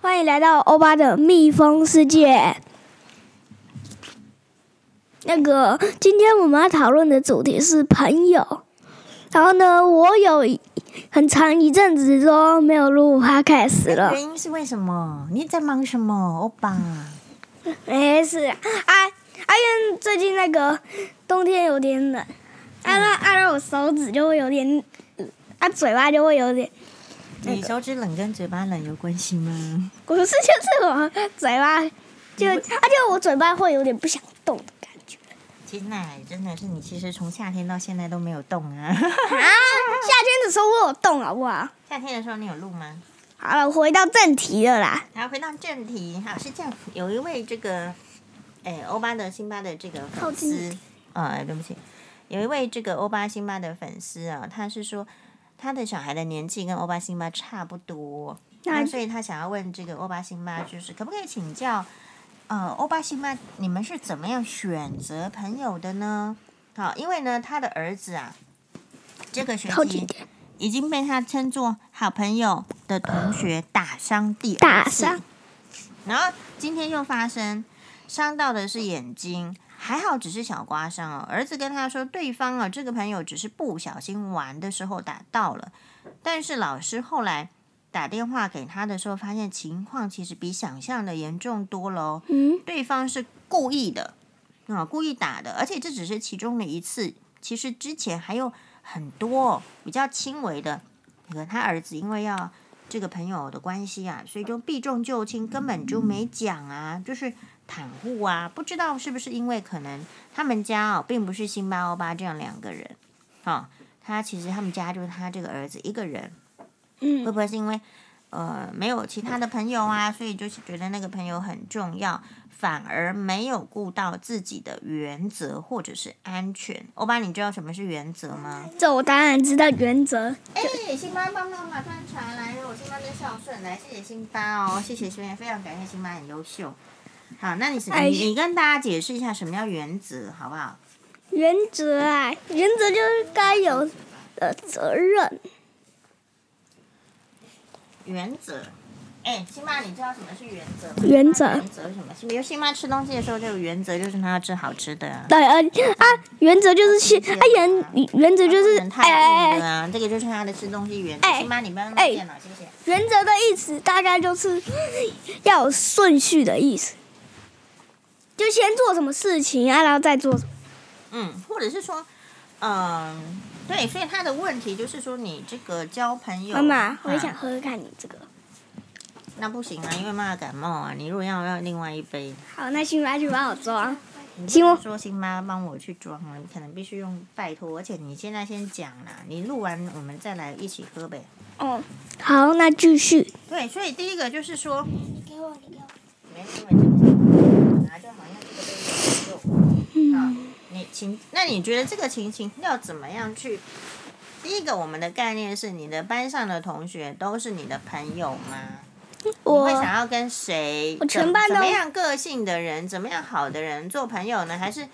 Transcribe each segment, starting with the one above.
欢迎来到欧巴的蜜蜂世界。那个，今天我们要讨论的主题是朋友。然后呢，我有一很长一阵子都没有录 podcast 了。原因是为什么？你在忙什么，欧巴？没事啊，啊啊，因为最近那个冬天有点冷，啊那啊那我手指就会有点，啊嘴巴就会有点，你手指冷跟嘴巴冷有关系吗？不是就是我嘴巴就，而且我嘴巴会有点不想动的感觉天呐，真的是你，其实从夏天到现在都没有动啊。啊。夏天的时候我有动好不好？夏天的时候你有录吗？好了，回到正题了啦。好，回到正题，好是这样，有一位这个，哎，欧巴的辛巴的这个靠粉近一丝，呃，对不起，有一位这个欧巴辛巴的粉丝啊，他是说他的小孩的年纪跟欧巴辛巴差不多，那那所以他想要问这个欧巴辛巴，就是可不可以请教，呃，欧巴辛巴，你们是怎么样选择朋友的呢？好，因为呢，他的儿子啊，这个学靠近一期点，已经被他称作好朋友的同学打伤第二打次伤，然后今天又发生，伤到的是眼睛，还好只是小刮伤哦。儿子跟他说，对方啊这个朋友只是不小心玩的时候打到了，但是老师后来打电话给他的时候，发现情况其实比想象的严重多了哦。嗯，对方是故意的啊、故意打的，而且这只是其中的一次，其实之前还有很多哦比较轻微的。可他儿子因为要这个朋友的关系啊，所以就避重就轻，根本就没讲啊，就是袒护啊，不知道是不是因为可能他们家哦，并不是辛巴欧巴这样两个人，哦，他其实他们家就是他这个儿子一个人，嗯会不会是因为呃没有其他的朋友啊，所以就是觉得那个朋友很重要，反而没有顾到自己的原则或者是安全。欧巴，你知道什么是原则吗？这我当然知道原则。哎，辛巴帮忙马上传来了，我辛巴真孝顺，来谢谢辛巴哦，谢谢辛巴，非常感谢辛巴，很优秀。好，那你是哎你你跟大家解释一下什么叫原则，好不好？原则啊，原则就是该有的责任。原则。哎，辛巴，你知道什么是原则吗？原则原则是什么？比如辛巴吃东西的时候，这个原则就是他要吃好吃的啊。对，呃啊，原则就是去啊原原则就是人太硬哎了哎啊，这个就是他的吃东西原则。哎辛巴，你不要弄电脑，谢谢。原则的意思大概就是要有顺序的意思，就先做什么事情啊，然后再做什么。嗯，或者是说，嗯，对，所以他的问题就是说，你这个交朋友，妈妈，我也啊想喝喝看你这个。那不行啊，因为妈妈感冒啊。你如果要要另外一杯，好，那辛巴去帮我装。你辛不能巴说辛妈帮我去装啊，你可能必须用拜托，而且你现在先讲啦，你录完我们再来一起喝呗。哦，好，那继续。对，所以第一个就是说，你给我，你给我。没事没事，拿就好像这个杯有嗯，你情，那你觉得这个情形要怎么样去？第一个，我们的概念是你的班上的同学都是你的朋友吗？你我会想要跟谁？我怎全班都怎么样个性的人，怎么样好的人做朋友呢？还是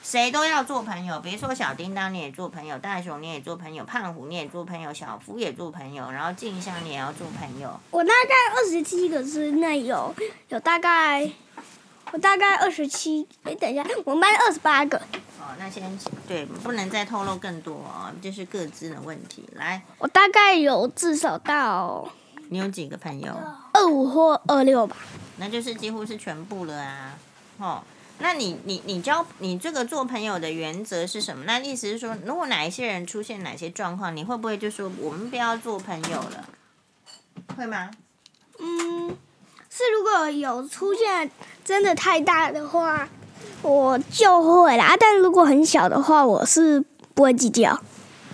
谁都要做朋友？比如说小叮当你也做朋友，大雄你也做朋友，胖虎你也做朋友，小夫也做朋友，然后静香你也要做朋友。我大概二十七个之内有有大概，我大概二十七。哎，等一下，我们班二十八个，哦，那先对，不能再透露更多哦，这是各自的问题。来，我大概有至少到你有几个朋友？二五或二六吧。那就是几乎是全部了啊。哦，那你你你交你这个做朋友的原则是什么？那意思是说，如果哪一些人出现哪些状况，你会不会就说我们不要做朋友了？会吗？嗯，是如果有出现真的太大的话，我就会啦。啊但如果很小的话，我是不会计较。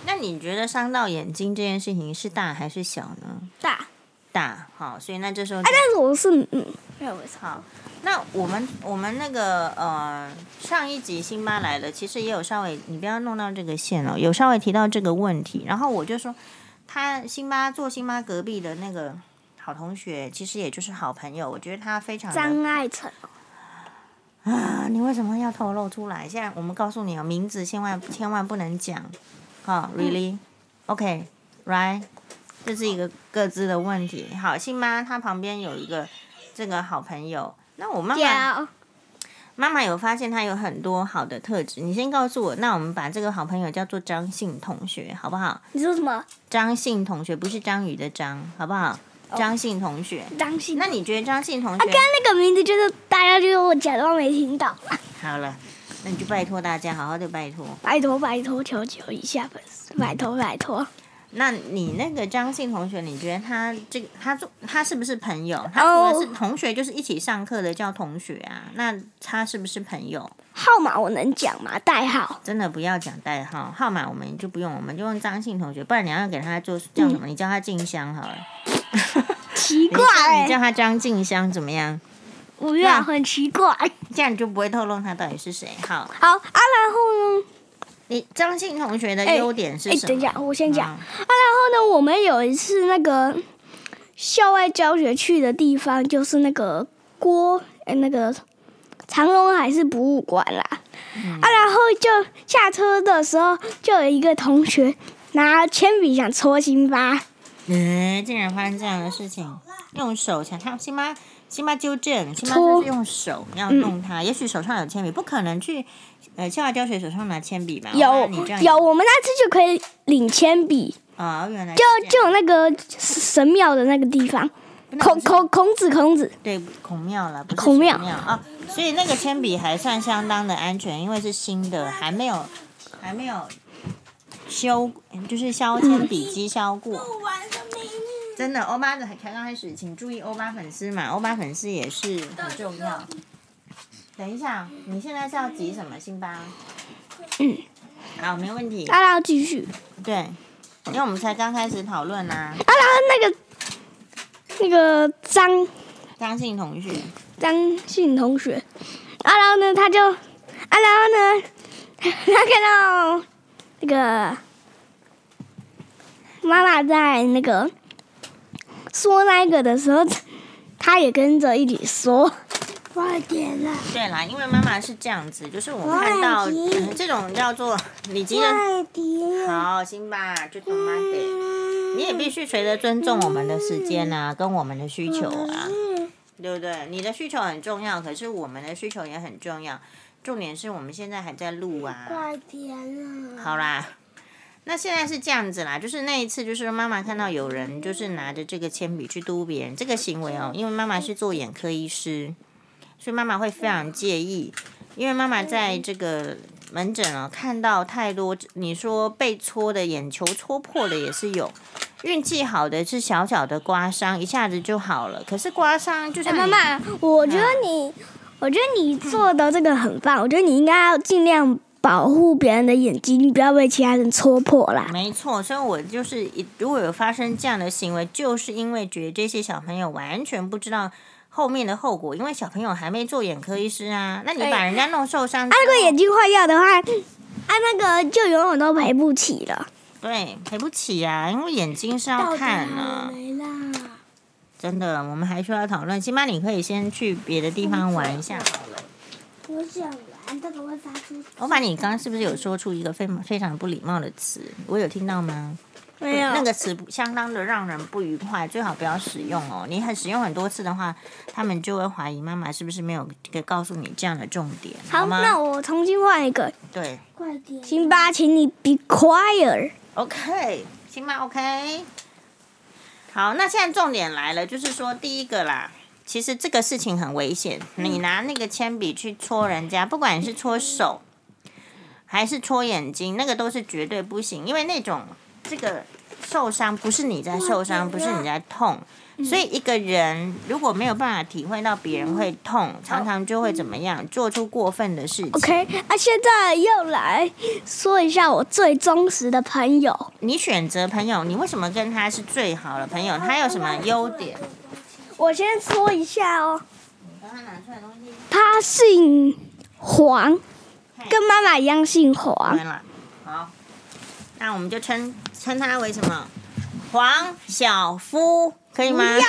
那你觉得伤到眼睛这件事情是大还是小呢？大啊，大，好，所以那这时候就但是我是嗯没有为什么。好，那我们我们那个呃上一集辛巴来了，其实也有稍微你不要弄到这个线哦，有稍微提到这个问题，然后我就说他辛巴坐辛巴隔壁的那个好同学，其实也就是好朋友，我觉得他非常的张爱成，啊，你为什么要透露出来？现在我们告诉你哦，名字千万千万不能讲，啊、r e a l l y o k r i g h t 这是一个各自的问题。好，辛妈她旁边有一个这个好朋友，那我妈妈脚妈妈有发现她有很多好的特质。你先告诉我，那我们把这个好朋友叫做张信同学，好不好？你说什么？张信同学不是章鱼的章，好不好？张信同学，张信？那啊，你觉得张信同刚学？刚那个名字就是大家就是我假装没听到，好了，那你就拜托大家，好好的拜托。拜托拜托，求求一下粉丝，拜托拜托。那你那个张信同学，你觉得他这个他做他是不是朋友？他除了是同学，就是一起上课的叫同学啊。那他是不是朋友？号码我能讲吗？代号？真的不要讲代号号码，我们就不用，我们就用张信同学。不然你要给他做叫什么？你叫他静 香好了。奇你怪、叫你叫欸，他张静香怎么样？我觉得很奇怪。这样你就不会透露他到底是谁。好，好啊，然后呢？你张信同学的哎优点是哎，什么？等一下，我先讲。嗯然后呢，我们有一次那个校外教学去的地方，就是那个郭呃那个长隆海事博物馆啦。嗯啊，然后就下车的时候，就有一个同学拿铅笔想戳辛巴，嗯，竟然发生这样的事情，用手抢他，辛巴，辛巴纠正，辛巴搓就是用手要弄嗯他，也许手上有铅笔，不可能去呃校外教学手上拿铅笔吧？有哇你这样有，我们那次就可以领铅笔，哦，原来是就这样就有那个神庙的那个地方，那孔不是孔孔子孔子，对孔庙了，不是孔庙神啊、所以那个铅笔还算相当的安全，因为是新的，还没有还没有修，就是削铅笔嗯机削过。真的，欧巴的才刚开始，请注意欧巴粉丝嘛，欧巴粉丝也是很重要。等一下，你现在是要急什么，辛巴？嗯，好，没问题。啊，然后继续，对，因为我们才刚开始讨论啊，啊，然后那个那个张。张信同学，张信同学，啊，然后呢，他就，啊，然后呢， 他看到那个妈妈在那个说那个的时候， 他也跟着一起说，快点啊啦，对啦，因为妈妈是这样子，就是我看到、李吉嗯这种叫做李吉的，点，啊好，辛巴，就他妈的，哎你也必须随着尊重我们的时间啊，跟我们的需求啊，嗯对不对？你的需求很重要，可是我们的需求也很重要。重点是我们现在还在录啊，点啊啦，好啦。那现在是这样子啦，就是那一次，就是妈妈看到有人就是拿着这个铅笔去嘟别人，这个行为哦，因为妈妈是做眼科医师，所以妈妈会非常介意，因为妈妈在这个门诊哦看到太多，你说被戳的眼球戳破的也是有，运气好的是小小的刮伤，一下子就好了，可是刮伤就哎，像妈你妈，我觉得你，嗯我觉得你做的这个很棒，我觉得你应该要尽量保护别人的眼睛，不要被其他人戳破啦。没错，所以我就是一如果有发生这样的行为，就是因为觉得这些小朋友完全不知道后面的后果，因为小朋友还没做眼科医师啊，那你把哎人家弄受伤之啊，后，如果眼睛坏掉的话，啊，那个就永远都赔不起了。对赔不起啊，因为眼睛是要看啊，真的，我们还需要讨论。起码你可以先去别的地方玩一下好了。我想玩，但是我发出我把你刚刚是不是有说出一个非非常不礼貌的词？我有听到吗？没有那个词不相当的让人不愉快，最好不要使用哦。你很使用很多次的话，他们就会怀疑妈妈是不是没有给告诉你这样的重点，好，吗？那我重新换一个。对快点！辛巴，请你 be quiet。 ，OK，行吗？OK。好，那现在重点来了，就是说第一个啦，其实这个事情很危险，你拿那个铅笔去戳人家，不管你是戳手还是戳眼睛，那个都是绝对不行，因为那种这个受伤不是你在受伤，不是你在痛，所以一个人如果没有办法体会到别人会痛，常常就会怎么样，做出过分的事情。 OK，啊，现在又来说一下我最忠实的朋友。你选择朋友，你为什么跟他是最好的啊朋友？他有什么优点？我先说一下哦，刚刚拿出来的东西，他姓黄，跟跟妈妈一样姓黄。完了。好，那我们就称称他为什么？黄小夫可以不吗？要，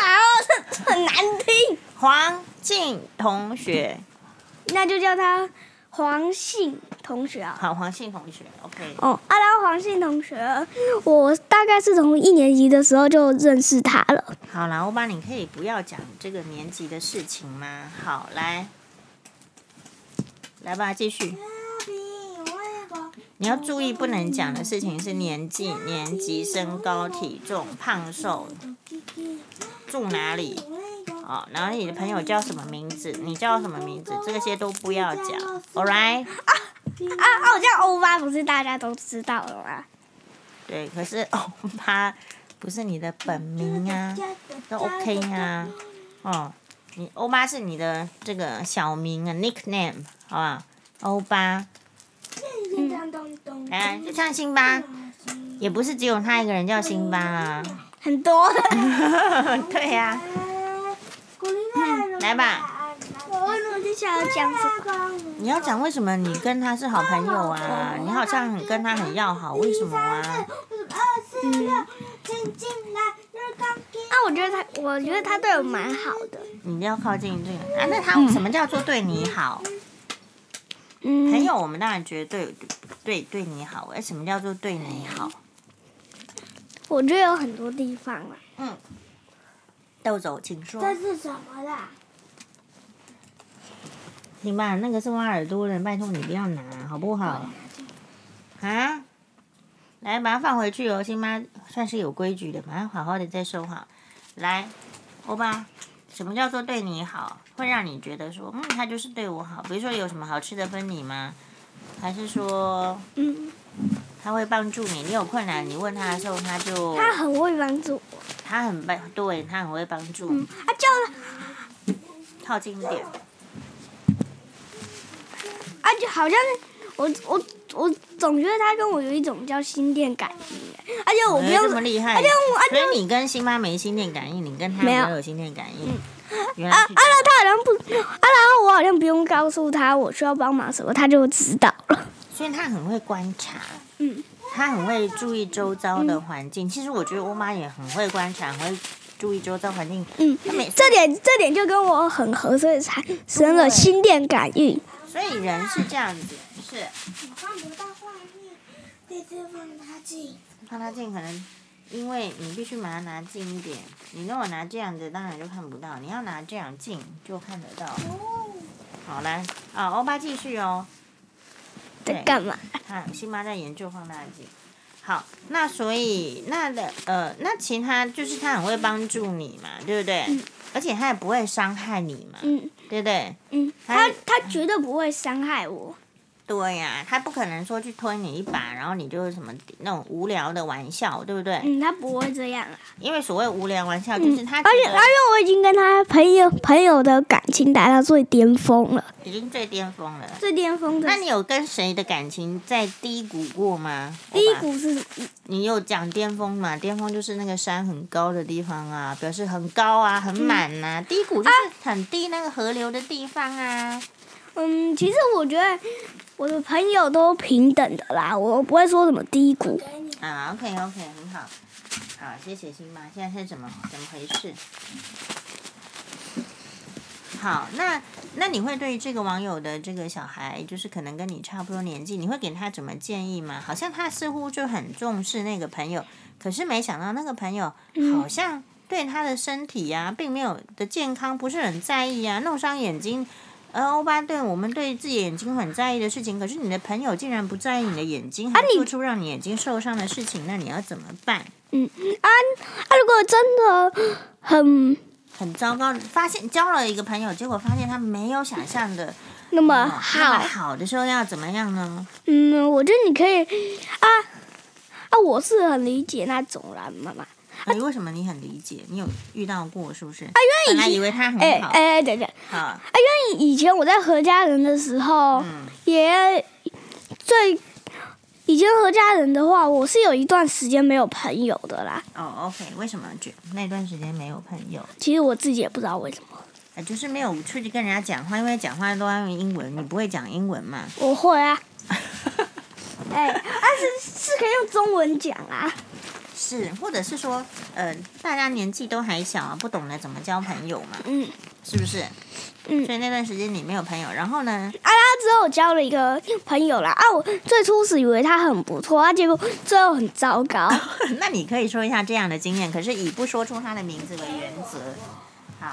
这很难听。黄静同学，那就叫他黄信同学啊。好，黄信同学，OK，哦，阿拉黄信同学，我大概是从一年级的时候就认识他了。好啦，欧巴，你可以不要讲这个年级的事情吗？好，来，来吧，继续。你要注意，不能讲的事情是年纪、年级、身高、体重、胖瘦、住哪里，哦，然后你的朋友叫什么名字，你叫什么名字，这些都不要讲，all right？啊啊！我叫欧巴，不是大家都知道了吗？对，可是欧巴不是你的本名啊，都 OK 啊，哦，你欧巴是你的这个小名啊，nickname，好不好？欧巴，来，就像辛巴，也不是只有他一个人叫辛巴啊， 很多的。对呀、à. 来吧。我为什么就想要讲什么？你要讲为什么你跟他是好朋友 à. 啊？你好像很跟他很要好，为什么啊？啊，我觉得他，我觉得他对我蛮好的。你要靠近这个啊？那他什么叫做对你好？嗯，朋友，我们当然觉得对对对你好。哎，什么叫做对你好？我觉得有很多地方啊。嗯，豆走，请说。是什么啦？行吧，那个是挖耳朵的，拜托你不要拿，好不好？啊？来，把它放回去哦。新妈算是有规矩的，把它好好的再收好。来，欧巴，什么叫做对你好？会让你觉得说，嗯，他就是对我好。比如说有什么好吃的分你吗？还是说嗯，他会帮助你？你有困难，你问他的时候，他就他很会帮助我。他很帮，对他很会帮助嗯你。，啊，叫靠近一点，啊，就好像我我我总觉得他跟我有一种叫心电感应哎，而且我不没用这么厉害。而且我而所且以你跟辛巴没心电感应，你跟他没啊没有有心电感应。原啊来啊，是这样那他好像不啊，然后我好像不用告诉他我需要帮忙什么，他就知道了。所以他很会观察，嗯，他很会注意周遭的环境。其实我觉得我妈也很会观察，很会注意周遭环境。嗯，她每这点这点就跟我很合，所以才生了心电感应。所以人是这样子，是放不到画面，这次放它进。放大镜可能。因为你必须把它拿近一点，你如果拿这样子，当然就看不到；你要拿这样近，就看得到。哦，好来，啊，欧巴继续哦。在干嘛？啊，辛巴在研究放大镜。好，那所以那的呃，那其他就是他很会帮助你嘛，对不对？而且他也不会伤害你嘛，嗯对不对？嗯，他他他绝对不会伤害我。对呀、他不可能说去推你一把，然后你就是什么那种无聊的玩笑，对不对？嗯，他不会这样啊。因为所谓无聊玩笑，就嗯，是他而且觉而得且我已经跟他朋友朋友的感情达到最巅峰了，已经最巅峰了。最巅峰的那你有跟谁的感情在低谷过吗？低欧巴谷是什么？你有讲巅峰嘛？巅峰就是那个山很高的地方啊，表示很高啊，很满呐、低谷就是很低那个河流的地方啊。嗯，其实我觉得我的朋友都平等的啦，我不会说什么低谷。给你。啊，OK OK，很好。好，谢谢辛巴。现在是怎么怎么回事？好，那那你会对这个网友的这个小孩，就是可能跟你差不多年纪，你会给他怎么建议吗？好像他似乎就很重视那个朋友，可是没想到那个朋友好像对他的身体呀、并没有的健康不是很在意啊，弄伤眼睛。呃，欧巴对我们对自己眼睛很在意的事情，可是你的朋友竟然不在意你的眼睛，还啊你做出让你眼睛受伤的事情，那你要怎么办？啊，如果真的很很糟糕，发现交了一个朋友，结果发现他没有想象的那么哦那么好，好的时候要怎么样呢？嗯，我觉得你可以啊啊，我是很理解那种啦，妈妈。哎，为什么你很理解？你有遇到过是不是？因为以本来前以为他很啊哎好，哎，哎等等，好，以前我在何家人的时候，嗯，也最以前和家人的话，我是有一段时间没有朋友的啦。哦，OK，为什么觉那段时间没有朋友？其实我自己也不知道为什么。呃就是没有出去跟人家讲话，因为讲话都要用英文，你不会讲英文嘛？我会啊，哎、啊是是可以用中文讲啊。是，或者是说，呃，大家年纪都还小啊，不懂得怎么交朋友嘛，嗯是不是？嗯，所以那段时间你没有朋友，然后呢，啊，然后之后交了一个朋友啦，啊，我最初始以为他很不错，啊，结果最后很糟糕。 那你可以说一下这样的经验，可是以不说出他的名字为原则。好，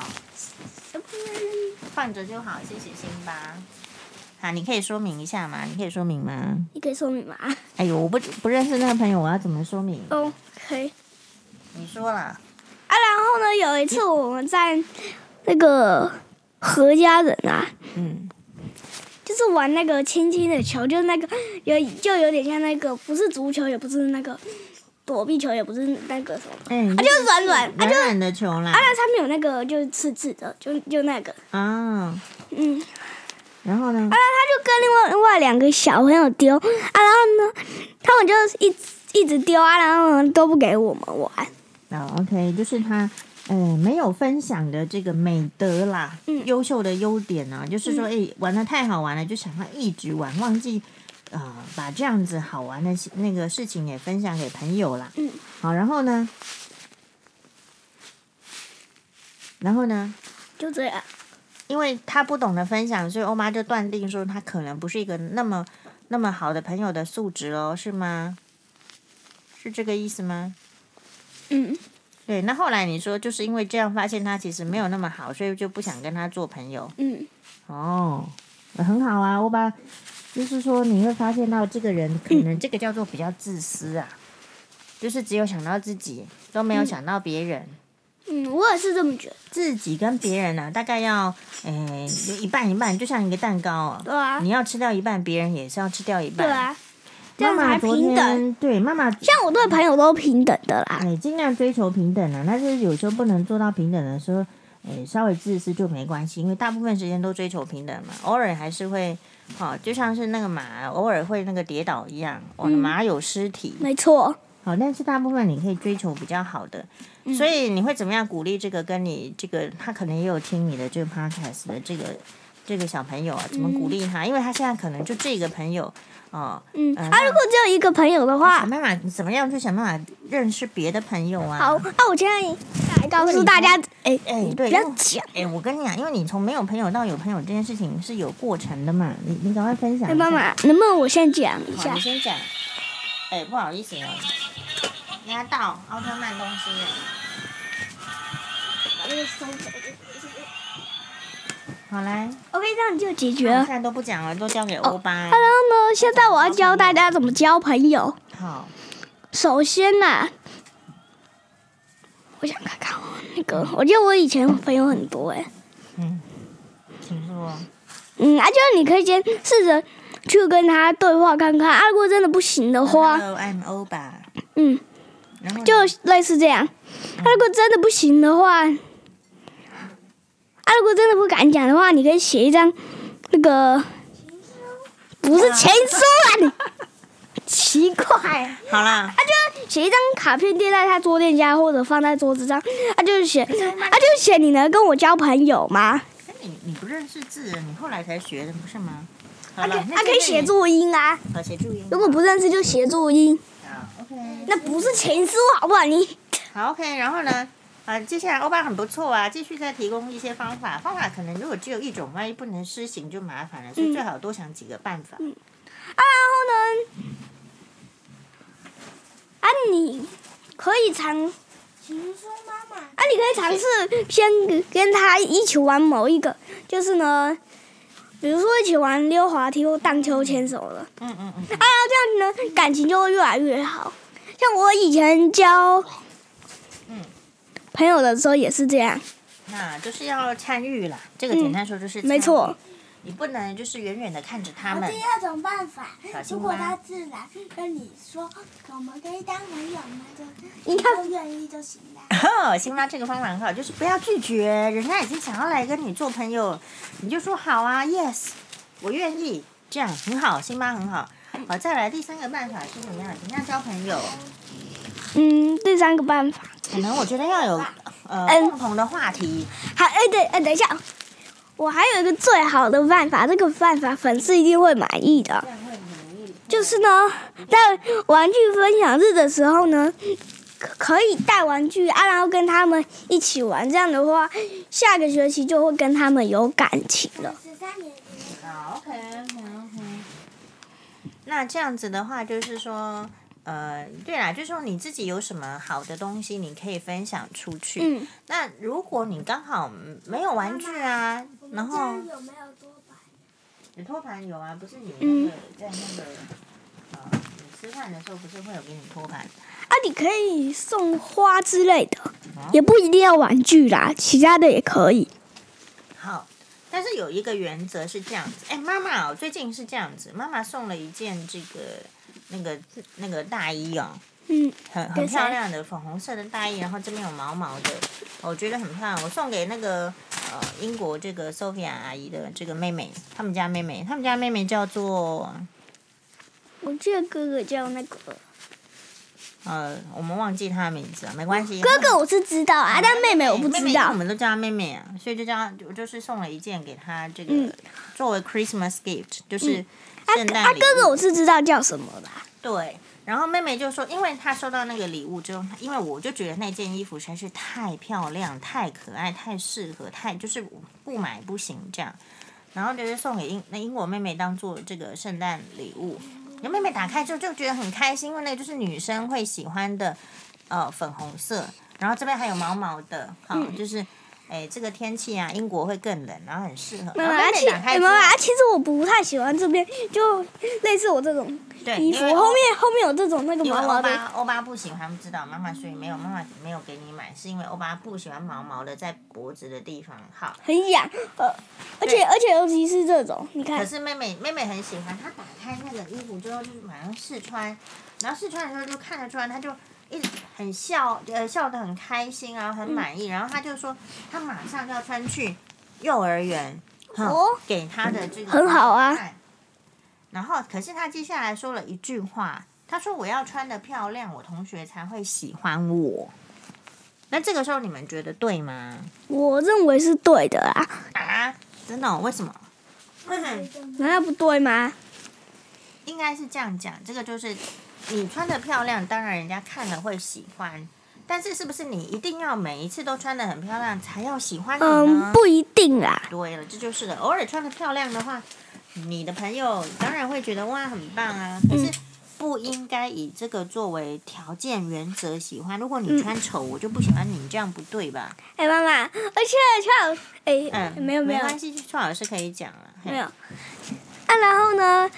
放着就好，谢谢辛巴。好，你可以说明一下吗？你可以说明吗？你可以说明吗哎呦，我不不认识那个朋友，我要怎么说明？ ？OK。你说啦，啊，然后呢，有一次我们在那个何家人啊，嗯，就是玩那个轻轻的球，就是那个有就有点像那个，不是足球，也不是那个躲避球，也不是那个什么，哎、你啊，就是软软，啊，软就是软的球啦啊，，那上面有那个就是刺刺的，就就那个，啊、嗯，然后呢啊，？那他就跟另外另外两个小朋友丢，啊，然后呢，他们就是一直一直丢啊，然后呢都不给我们玩，哦，OK，就是他，呃，没有分享的这个美德啦，嗯优秀的优点呢、就是说，哎、玩的太好玩了，就想要一直玩，忘记，呃，把这样子好玩的事那个事情也分享给朋友啦。嗯，好，然后呢？然后呢？就这样，因为他不懂得分享，所以欧妈就断定说他可能不是一个那么那么好的朋友的素质喽，是吗？是这个意思吗？嗯，对，那后来你说就是因为这样发现他其实没有那么好，所以就不想跟他做朋友。嗯，哦，很好啊，欧巴，就是说你会发现到这个人可能这个叫做比较自私啊，就是只有想到自己，都没有想到别人。嗯，我也是这么觉得，自己跟别人啊，大概要诶、有一半一半，就像一个蛋糕啊，对啊你，要吃掉一半，别人也是要吃掉一半。对啊，这妈样妈才昨平等。天对妈妈，像我对朋友都平等的啦，哎，尽量追求平等啊，但是有时候不能做到平等的时候，哎，稍微自私就没关系，因为大部分时间都追求平等嘛，偶尔还是会，好、就像是那个马，偶尔会那个跌倒一样，哦，嗯马有尸体，没错，好、但是大部分你可以追求比较好的，嗯所以你会怎么样鼓励这个跟你这个他可能也有听你的这个 podcast 的这个这个小朋友啊，怎么鼓励他？因为他现在可能就这个朋友哦，嗯，嗯啊，如果只有一个朋友的话想，办法你怎么样去想办法认识别的朋友啊？好，那我现在来告诉大家，哎哎你对不要因为讲，哎，我跟你讲，因为你从没有朋友到有朋友这件事情是有过程的嘛，你你赶快分享一哎，下。妈妈，能不能我先讲一好，下你？先讲。哎，不好意思哦，压到奥特曼东西了。好来， OK，这样就解决我了现。在都不讲了，都交给欧巴。然后呢，现在我要教大家怎么交朋友。好，首先呐、我想看看我那个，我觉得我以前朋友很多哎、嗯，请说。嗯，啊，就是你可以先试着去跟他对话看看，啊，如果真的不行的话， Hello，I'm 欧巴。嗯。然后呢就类似这样。啊他如果真的不行的话，啊，如果真的不敢讲的话，你可以写一张那个，不是情书啦，你奇怪，啊，好啦，就写一张卡片贴在他桌垫下或者放在桌子上，啊，就是写，啊，就是写你能跟我交朋友吗？哎你你不认识字，你后来才学的不是吗？好啊，可了，那啊可以就写你，注音啊，好写注音。如果不认识就写注音，好，OK。啊那不是情书好不好？你好，OK，然后呢？啊，接下来欧巴很不错啊，继续再提供一些方法。方法可能如果只有一种，万一不能施行就麻嗯烦了，所以最好多想几个办法。啊，然后呢？啊，你可以尝啊，情书妈妈，你可以尝试先跟他一起玩某一个，就是呢，比如说一起玩溜滑梯或荡秋千什么的。啊，嗯嗯嗯，这样呢，感情就会越来越好。像我以前交嗯朋友的时候也是这样，那就是要参与啦。这个简单说就是、嗯没错，，啊你不能就是远远的看着他我们。第二种办法小，青蛙如果他自然跟你说我们可以当朋友，那就你你看都愿意就行了。哦，辛巴这个方法很好，就是不要拒绝，人家已经想要来跟你做朋友，你就说好啊，yes，我愿意，这样很好，辛巴很好。好，再来第三个办法是怎么样？怎么样交朋友？嗯，第三个办法，可能我觉得 要有呃嗯共同的话题，还哎等哎等一下，我还有一个最好的办法，这个办法粉丝一定会满意的这。样会容易。就是呢，在玩具分享日的时候呢，可可以带玩具啊，然后跟他们一起玩。这样的话，下个学期就会跟他们有感情了。十三年级的时好，OK，嗯哼。那这样子的话，就是说，呃，对啦，就是说你自己有什么好的东西，你可以分享出去。嗯，那如果你刚好没有玩具啊，然后我们家有没有多白？你托盘有啊，不是你那嗯个在那个呃，你吃饭的时候不是会有给你托盘？啊，你可以送花之类的，也不一定要玩具啦，其他的也可以。好，但是有一个原则是这样子，哎，妈妈哦，最近是这样子，妈妈送了一件这个那个那个大衣哦，嗯，很很给谁漂亮的粉红色的大衣，然后这边有毛毛的，我觉得很漂亮。我送给那个呃英国这个 Sophia 阿姨的这个妹妹，他们家妹妹，他们家妹妹叫做我记得哥哥叫那个呃，我们忘记她的名字了，没关系。哥哥，我是知道啊，但妹妹我哎不妹妹知因为道我。们都叫她妹妹啊，所以就叫她，我就是送了一件给她，这个、嗯作为 Christmas gift，就是啊圣诞啊，礼物。哥哥我是知道叫什么的啊。对，然后妹妹就说，因为她收到那个礼物之后，因为我就觉得那件衣服实在是太漂亮、太可爱、太适合、太就是不买不行这样，然后就是送给英那英国妹妹当做这个圣诞礼物。然后妹妹打开之后就觉得很开心，因为那个就是女生会喜欢的，呃，粉红色，然后这边还有毛毛的，好、嗯就是。哎，这个天气啊，英国会更冷，然后很适合。妈然妈，啊后妹妹其打开哎之妈后妈，啊其实我不太喜欢这边，就类似我这种对衣哎因服，为后面后面有这种那个因为毛欧毛的。巴欧巴不喜欢，知道妈妈，所以没有妈妈没有给你买，是因为欧巴不喜欢毛毛的在脖子的地方。好，很痒，呃，而对且而且尤其是这种，你可看，是妹妹妹妹很喜欢，她打开那个衣服之后就是马上试穿，然后试穿的时候就看得出来，她就一直很笑，呃，笑得很开心啊，嗯很满意。然后她就说，她马上要穿去幼儿园，哼哦给她的这个很好啊看。然后，可是她接下来说了一句话，她说：“我要穿的漂亮，我同学才会喜欢我。”那这个时候你们觉得对吗？我认为是对的啦，啊，真的哦、为什么？嗯难道不对吗？应该是这样讲，这个就是你穿的漂亮，当然人家看了会喜欢。但是是不是你一定要每一次都穿的很漂亮才要喜欢你呢？嗯，不一定啦，对了，这就是了。偶尔穿的漂亮的话，你的朋友当然会觉得哇很棒啊。可嗯是不应该以这个作为条件原则喜欢。如果嗯你穿丑，我就不喜欢你，这样不对吧？哎，妈妈，而且像，哎，嗯，没有没有关系，邱老师可以讲了。嘿没有，啊，然后呢，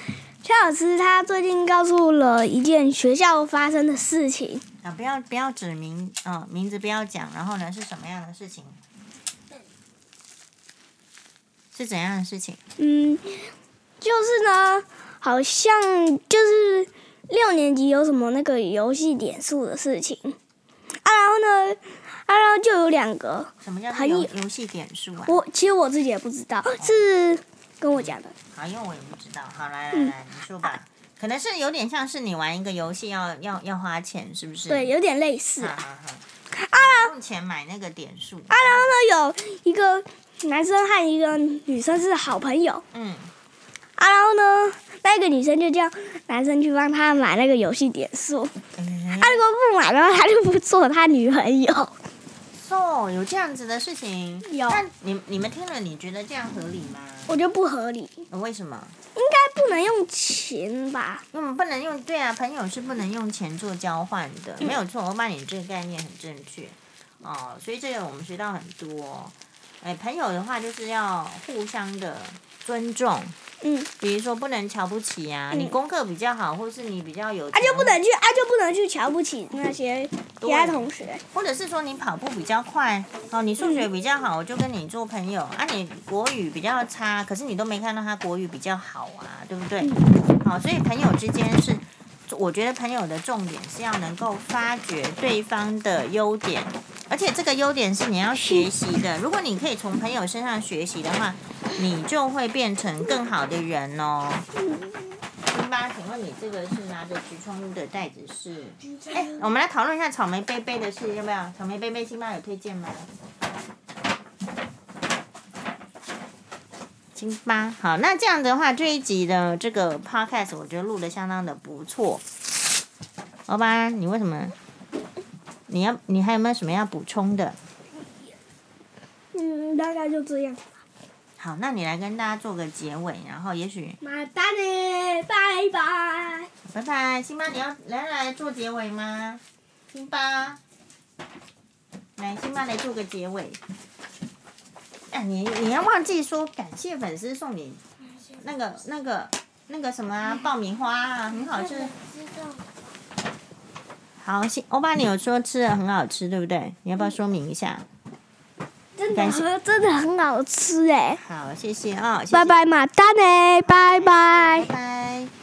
邱老师他最近告诉了一件学校发生的事情，啊，不要不要指名，嗯、名字不要讲。然后呢，是什么样的事情？是怎样的事情？嗯，就是呢，好像就是六年级有什么那个游戏点数的事情，啊，然后呢，啊，然后就有两个。什么叫做很游有游戏点数啊？我其实我自己也不知道，是跟我讲的。好，因为我也不知道。好，来来嗯来，你说吧。可能是有点像是你玩一个游戏要要要花钱，是不是？对，有点类似好啊。好好。用钱买那个点数。啊，然后呢，有一个男生和一个女生是好朋友嗯，啊，然后呢，那个女生就叫男生去帮她买那个游戏点数，啊，嗯如果不买的话，他就不做他女朋友。 so 有这样子的事情。有但你你们听了，你觉得这样合理吗？我觉得不合理，应呃为什么？该不能用钱吧？因为我们不能用对啊，朋友是不能用钱做交换的，没有错。我把你这个概念很正确哦，所以这个我们学到很多。哎，朋友的话就是要互相的尊重，嗯，比如说不能瞧不起呀、啊，嗯你功课比较好，或是你比较有，啊就不，能去啊就不能去瞧不起那些其他同学。或者是说你跑步比较快哦，你数学比较好，我就跟你做朋友啊。你国语比较差，可是你都没看到他国语比较好啊，对不对？好，所以朋友之间是，我觉得朋友的重点是要能够发掘对方的优点，而且这个优点是你要学习的。如果你可以从朋友身上学习的话，你就会变成更好的人哦。辛巴，请问你这个是拿着橘窗屋的袋子是？哎，我们来讨论一下草莓贝贝的事，要不要？草莓贝贝，辛巴有推荐吗？辛巴，好，那这样的话，这一集的这个 podcast 我觉得录的相当的不错。欧巴，你为什么？你要你还有没有什么要补充的？嗯，大概就这样。好，那你来跟大家做个结尾，然后也许马达呢，拜拜。拜拜，辛巴，你要来来做结尾吗？辛巴，来，辛巴来做个结尾。哎，你你要忘记说感谢粉丝送你那个那个那个什么 啊，爆米花啊，很好吃。知道。好，辛欧巴，你有说吃的很好吃，对不对？你要不要说明一下？真感的谢很真的很好吃哎、好，谢谢啊，谢谢拜，拜，马达呢，拜拜拜。拜。